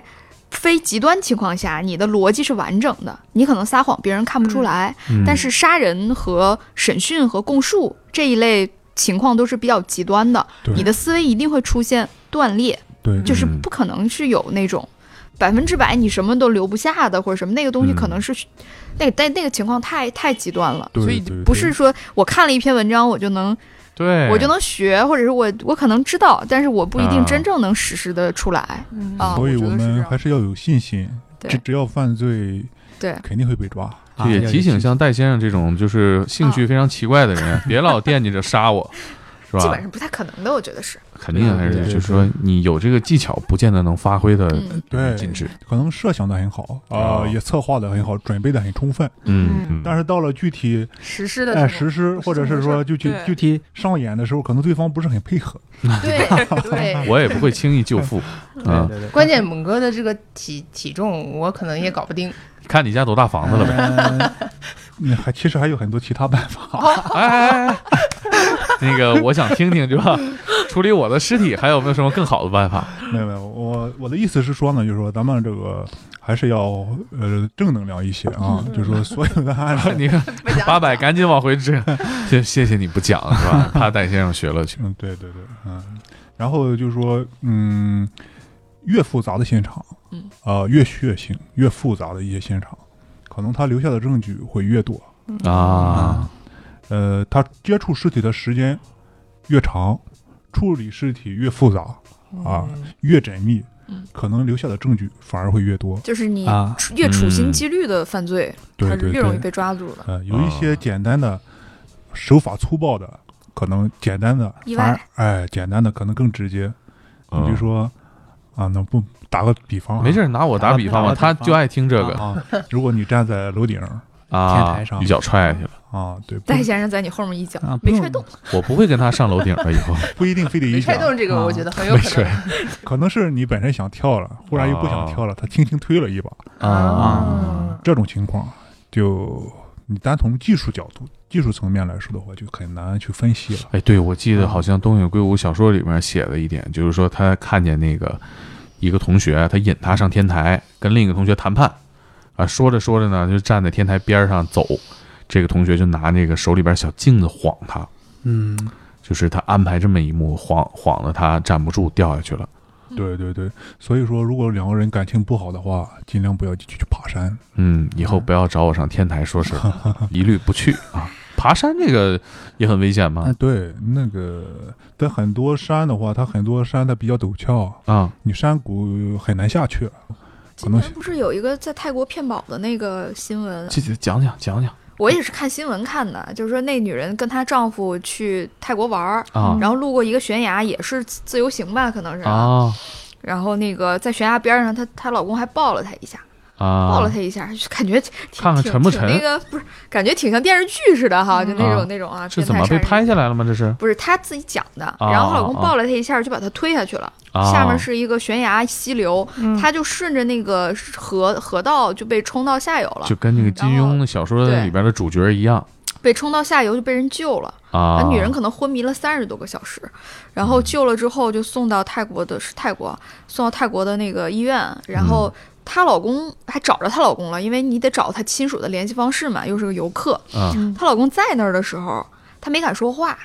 Speaker 4: 非极端情况下，你的逻辑是完整的，你可能撒谎别人看不出来，
Speaker 2: 嗯
Speaker 4: 但是杀人和审讯和供述这一类情况都是比较极端的，
Speaker 3: 对
Speaker 4: 你的思维一定会出现断裂。
Speaker 3: 对，
Speaker 4: 就是
Speaker 2: 嗯
Speaker 4: 不可能是有那种百分之百你什么都留不下的或者什么那个东西，
Speaker 2: 嗯
Speaker 4: 可能是、那个但那个情况太太极端了。
Speaker 3: 对
Speaker 4: 所以
Speaker 3: 对对
Speaker 4: 不是说我看了一篇文章我就能
Speaker 2: 对，
Speaker 4: 我就能学，或者是我我可能知道，但是我不一定
Speaker 2: 哎啊
Speaker 4: 真正能实施的出来。
Speaker 5: 嗯
Speaker 4: 啊
Speaker 3: 所以
Speaker 5: 我觉
Speaker 3: 我
Speaker 5: 得是这
Speaker 3: 们
Speaker 5: 样
Speaker 3: 还是要有信心，
Speaker 4: 对
Speaker 3: 只只要犯罪，
Speaker 4: 对
Speaker 3: 肯定会被抓。哎
Speaker 2: 就也提醒像戴先生这种就是兴趣非常奇怪的人， 别老惦记着杀我，是吧？
Speaker 4: 啊基本上不太可能的，我觉得是。
Speaker 2: 肯定还是
Speaker 3: 对对
Speaker 2: 就是说你有这个技巧，不见得能发挥的
Speaker 4: 嗯，
Speaker 3: 对，
Speaker 2: 尽致。
Speaker 3: 可能设想的很好啊、
Speaker 2: 哦
Speaker 3: 也策划的很好，准备的很充分，
Speaker 2: 嗯，嗯
Speaker 3: 但是到了具体
Speaker 5: 实施的
Speaker 3: 哎
Speaker 5: 时候
Speaker 3: 实施或者是说就具
Speaker 4: 对
Speaker 3: 具体上演的时候，可能对方不是很配合。
Speaker 5: 对 对，
Speaker 2: 我也不会轻易就富。
Speaker 6: 对
Speaker 2: 嗯，
Speaker 6: 对对，
Speaker 5: 关键猛哥的这个体体重，我可能也搞不定。
Speaker 2: 看你家多大房子了呗。
Speaker 3: 呗。嗯，还其实还有很多其他办法。
Speaker 2: 哎哎哎，那个我想听听，对吧？处理我的尸体还有没有什么更好的办法？
Speaker 3: 没有没有，我我的意思是说呢，就是说咱们这个还是要呃正能量一些啊，就是说所有的 案子，
Speaker 2: 你看八百，赶紧往回支。 谢谢谢你不讲是吧？怕戴先生学了去。
Speaker 3: 嗯，对对对，嗯，然后就是说，嗯，越复杂的现场，
Speaker 4: 嗯，
Speaker 3: 呃，越血腥，越复杂的一些现场，可能他留下的证据会越多，
Speaker 2: 啊，
Speaker 3: 呃，他接触尸体的时间
Speaker 4: 嗯
Speaker 3: 越长，处理尸体越复杂啊，越缜密，可能留下的证据反而会越多。
Speaker 4: 就是你
Speaker 6: 啊
Speaker 4: 处越处心
Speaker 2: 嗯
Speaker 4: 积虑的犯罪，
Speaker 3: 对
Speaker 4: 它
Speaker 3: 对
Speaker 4: 越容易
Speaker 3: 对，
Speaker 4: 被抓住了。
Speaker 3: 呃，有一
Speaker 2: 啊
Speaker 3: 些简单的手法粗暴的，可能简单的
Speaker 4: 意
Speaker 3: 反
Speaker 4: 外
Speaker 3: 而哎，简单的可能更直接。你
Speaker 2: 嗯
Speaker 3: 比如说啊，那不打个比方啊，
Speaker 2: 没事儿，拿我打比方吧，
Speaker 6: 打
Speaker 2: 他
Speaker 6: 个比方
Speaker 2: 就爱听这个
Speaker 3: 啊，如果你站在楼顶儿天
Speaker 2: 啊
Speaker 3: 台，上
Speaker 2: 一脚踹下去了，
Speaker 3: 啊，对，不
Speaker 4: 戴先生在你后面一脚
Speaker 6: 啊，不
Speaker 4: 没
Speaker 6: 用
Speaker 4: 踹动，
Speaker 2: 我不会跟他上楼顶了，以后
Speaker 3: 不一定非得
Speaker 5: 没
Speaker 3: 一脚
Speaker 5: 踹，动这个，
Speaker 6: 啊
Speaker 5: 我觉得很有
Speaker 2: 嗯没
Speaker 5: 可
Speaker 2: 事
Speaker 5: 能。
Speaker 3: 可能是你本身想跳了，忽然又不想跳了，他轻轻推了一把，
Speaker 2: 啊，
Speaker 3: 这种情况就你单从技术角度、技术层面来说的话，就很难去分析了。
Speaker 2: 哎，对，我记得好像东野圭吾小说里面写了一点，就是说他看见那个一个同学，他引他上天台跟另一个同学谈判，啊，说着说着呢，就站在天台边儿上走，这个同学就拿那个手里边小镜子晃他，
Speaker 6: 嗯，
Speaker 2: 就是他安排这么一幕，晃晃的他站不住掉下去了。
Speaker 3: 对对对，所以说如果两个人感情不好的话，尽量不要去去爬山。
Speaker 2: 嗯，以后不要找我上天台说事儿， 一律不去啊。爬山这个也很危险吗？
Speaker 3: 对，那个在很多山的话，它很多山它比较陡峭，
Speaker 2: 啊，
Speaker 3: 你山谷很难下去。可
Speaker 4: 今
Speaker 3: 能
Speaker 4: 天不是有一个在泰国骗保的那个新闻？
Speaker 2: 这这讲讲讲讲
Speaker 4: 我也是看新闻看的，就是说那女人跟她丈夫去泰国玩儿，
Speaker 2: 啊
Speaker 4: 然后路过一个悬崖，也是自自由行吧，可能是。
Speaker 2: 啊
Speaker 4: 然后那个在悬崖边上，她她老公还抱了她一下，抱了
Speaker 2: 啊！
Speaker 4: 她一下，就感觉挺
Speaker 2: 看看
Speaker 4: 挺
Speaker 2: 沉不
Speaker 4: 挺
Speaker 2: 沉
Speaker 4: 那个不是，感觉挺像电视剧似的哈，就那种、
Speaker 2: 啊
Speaker 4: 那种啊。
Speaker 2: 是
Speaker 4: 变
Speaker 2: 怎
Speaker 4: 态
Speaker 2: 么
Speaker 4: 杀
Speaker 2: 被
Speaker 4: 人
Speaker 2: 拍下来了吗？这是
Speaker 4: 不是她自己讲的，然后她老公
Speaker 2: 啊啊
Speaker 4: 抱了她一下，就把她推下去了。
Speaker 2: 啊，
Speaker 4: 下面是一个悬崖溪流，
Speaker 5: 嗯
Speaker 4: 她就顺着那个河河道就被冲到下游了
Speaker 2: 就，跟那个金庸的小说里边的主角一样
Speaker 4: 被冲到下游就被人救了。
Speaker 2: 啊
Speaker 4: 啊，。女人可能昏迷了三十多个小时，然后救了之后就送到泰国的，是泰国，送到泰国的那个医院，然后
Speaker 2: 嗯
Speaker 4: 她老公还找着她老公了，因为你得找她亲属的联系方式嘛，又是个游客。
Speaker 2: 啊
Speaker 4: 她老公在那儿的时候，她没敢说话，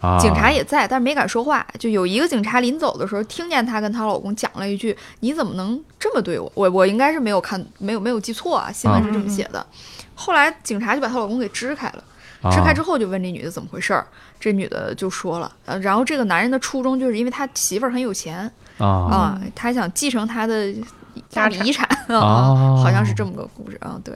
Speaker 2: 啊，
Speaker 4: 警察也在，但是没敢说话。就有一个警察临走的时候，听见她跟她老公讲了一句：“你怎么能这么对我？”我我应该是没有看，没有没有记错啊，新闻是这
Speaker 2: 嗯
Speaker 4: 么写的。后来警察就把她老公给支开了。支开之
Speaker 2: 后
Speaker 4: 后就问这女的怎么回事儿，这女的就说了，呃，然后这个男人的初衷就是因为他媳妇儿很有钱
Speaker 2: 啊
Speaker 4: 啊，他想继承他的家
Speaker 5: 家产
Speaker 4: 里 遗产
Speaker 2: 哦
Speaker 4: 啊，好像是这么个故事啊，对，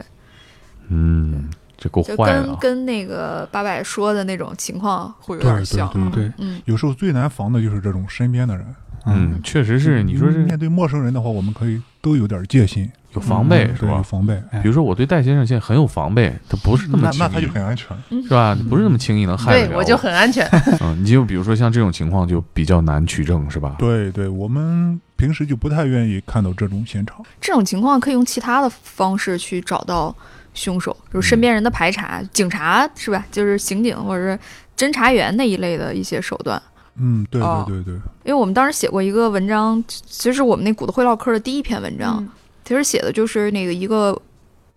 Speaker 2: 嗯，这够
Speaker 4: 就
Speaker 2: 坏的
Speaker 4: 跟
Speaker 2: 啊
Speaker 4: 跟那个八百说的那种情况会有
Speaker 3: 对
Speaker 4: 点
Speaker 3: 对
Speaker 4: 像，
Speaker 3: 对对，
Speaker 6: 对，
Speaker 4: 嗯，
Speaker 3: 有时候最难防的就是这种身边的人。
Speaker 2: 嗯，确实是你说
Speaker 3: 面
Speaker 2: 是
Speaker 3: 对陌生人的话，我们可以都有点戒心，
Speaker 2: 有防备
Speaker 3: 嗯
Speaker 2: 是
Speaker 3: 对有
Speaker 2: 吧？
Speaker 3: 防备。
Speaker 2: 比如说我对戴先生现在很有防备，他不嗯是那么
Speaker 3: 那
Speaker 2: 轻
Speaker 3: 那他
Speaker 2: 易
Speaker 3: 就很安全。
Speaker 2: 是吧？不是那么轻易能害得
Speaker 5: 对
Speaker 2: 了
Speaker 5: 我就很安全。
Speaker 2: 嗯，你就比如说像这种情况就比较难取证是吧？
Speaker 3: 对对，我们平时就不太愿意看到这种现场。
Speaker 4: 这种情况可以用其他的方式去找到凶手，就
Speaker 2: 嗯
Speaker 4: 是身边人的排查，警察是吧？就是刑警或者是侦查员那一类的一些手段。
Speaker 3: 嗯，对
Speaker 4: 哦
Speaker 3: 对对对，
Speaker 4: 因为我们当时写过一个文章，其实我们那骨头会唠嗑的第一篇文
Speaker 5: 嗯
Speaker 4: 章，其实写的就是那个一个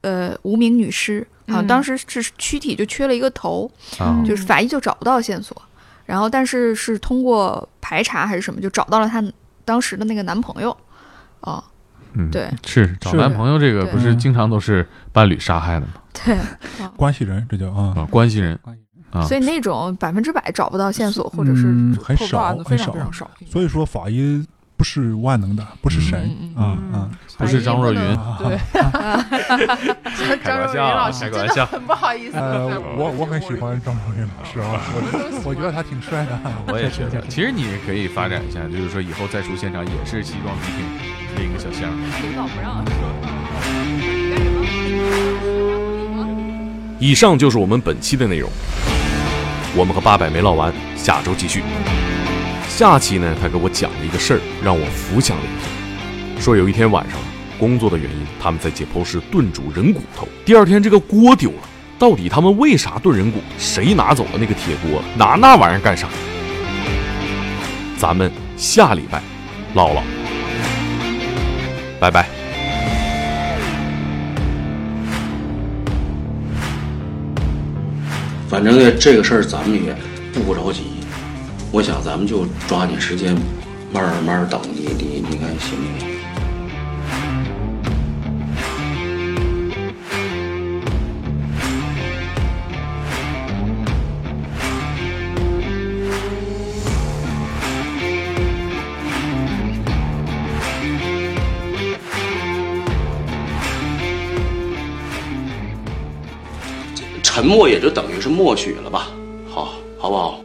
Speaker 4: 呃无名女尸，好像
Speaker 5: 嗯
Speaker 4: 当时是躯体就缺了一个头，
Speaker 2: 啊
Speaker 5: 嗯
Speaker 4: 就是法医就找不到线索，然后但是是通过排查还是什么，就找到了她当时的那个男朋友，啊、
Speaker 2: 嗯，
Speaker 4: 对
Speaker 2: 是找
Speaker 6: 是
Speaker 2: 男朋友这个
Speaker 4: 对
Speaker 2: 不是经常都是伴侣杀害的吗？
Speaker 4: 对，
Speaker 3: 啊关系人这叫啊，
Speaker 2: 啊，关系人啊
Speaker 4: 所以那种百分之百找不到线索或者是
Speaker 6: 嗯
Speaker 3: 很
Speaker 4: 破不到案
Speaker 3: 少
Speaker 4: 子非
Speaker 3: 很
Speaker 4: 常
Speaker 3: 少
Speaker 4: 非。常少，
Speaker 3: 所以说法医不是万能的，不是神
Speaker 4: 嗯嗯
Speaker 3: 啊
Speaker 5: 嗯
Speaker 3: 啊。
Speaker 2: 不是张若昀
Speaker 3: 啊
Speaker 5: 对，嗯张若昀老师
Speaker 2: 开个
Speaker 5: 真
Speaker 2: 玩
Speaker 5: 的
Speaker 2: 笑
Speaker 5: 很不好意思。
Speaker 3: 呃，我我很喜欢张若昀老师啊，我我觉得他挺帅的。啊
Speaker 2: 我也觉得，其实你也可以发展一下，就是说以后再出现场也是西装笔挺这个小巷。
Speaker 4: 领导不让。
Speaker 7: 以上就是我们本期的内容。我们和八百没唠完，下周继续。下期呢，他给我讲了一个事儿，让我浮想联翩。说有一天晚上，工作的原因，他们在解剖室炖煮人骨头。第二天这个锅丢了，到底他们为啥炖人骨？谁拿走了那个铁锅？拿那玩意儿干啥？咱们下礼拜唠唠，拜拜。
Speaker 8: 反正呢，这个事儿咱们也不着急，我想咱们就抓紧时间，慢儿慢儿等你，你你看行不行？沉默也就等于是默许了吧？好，好不好？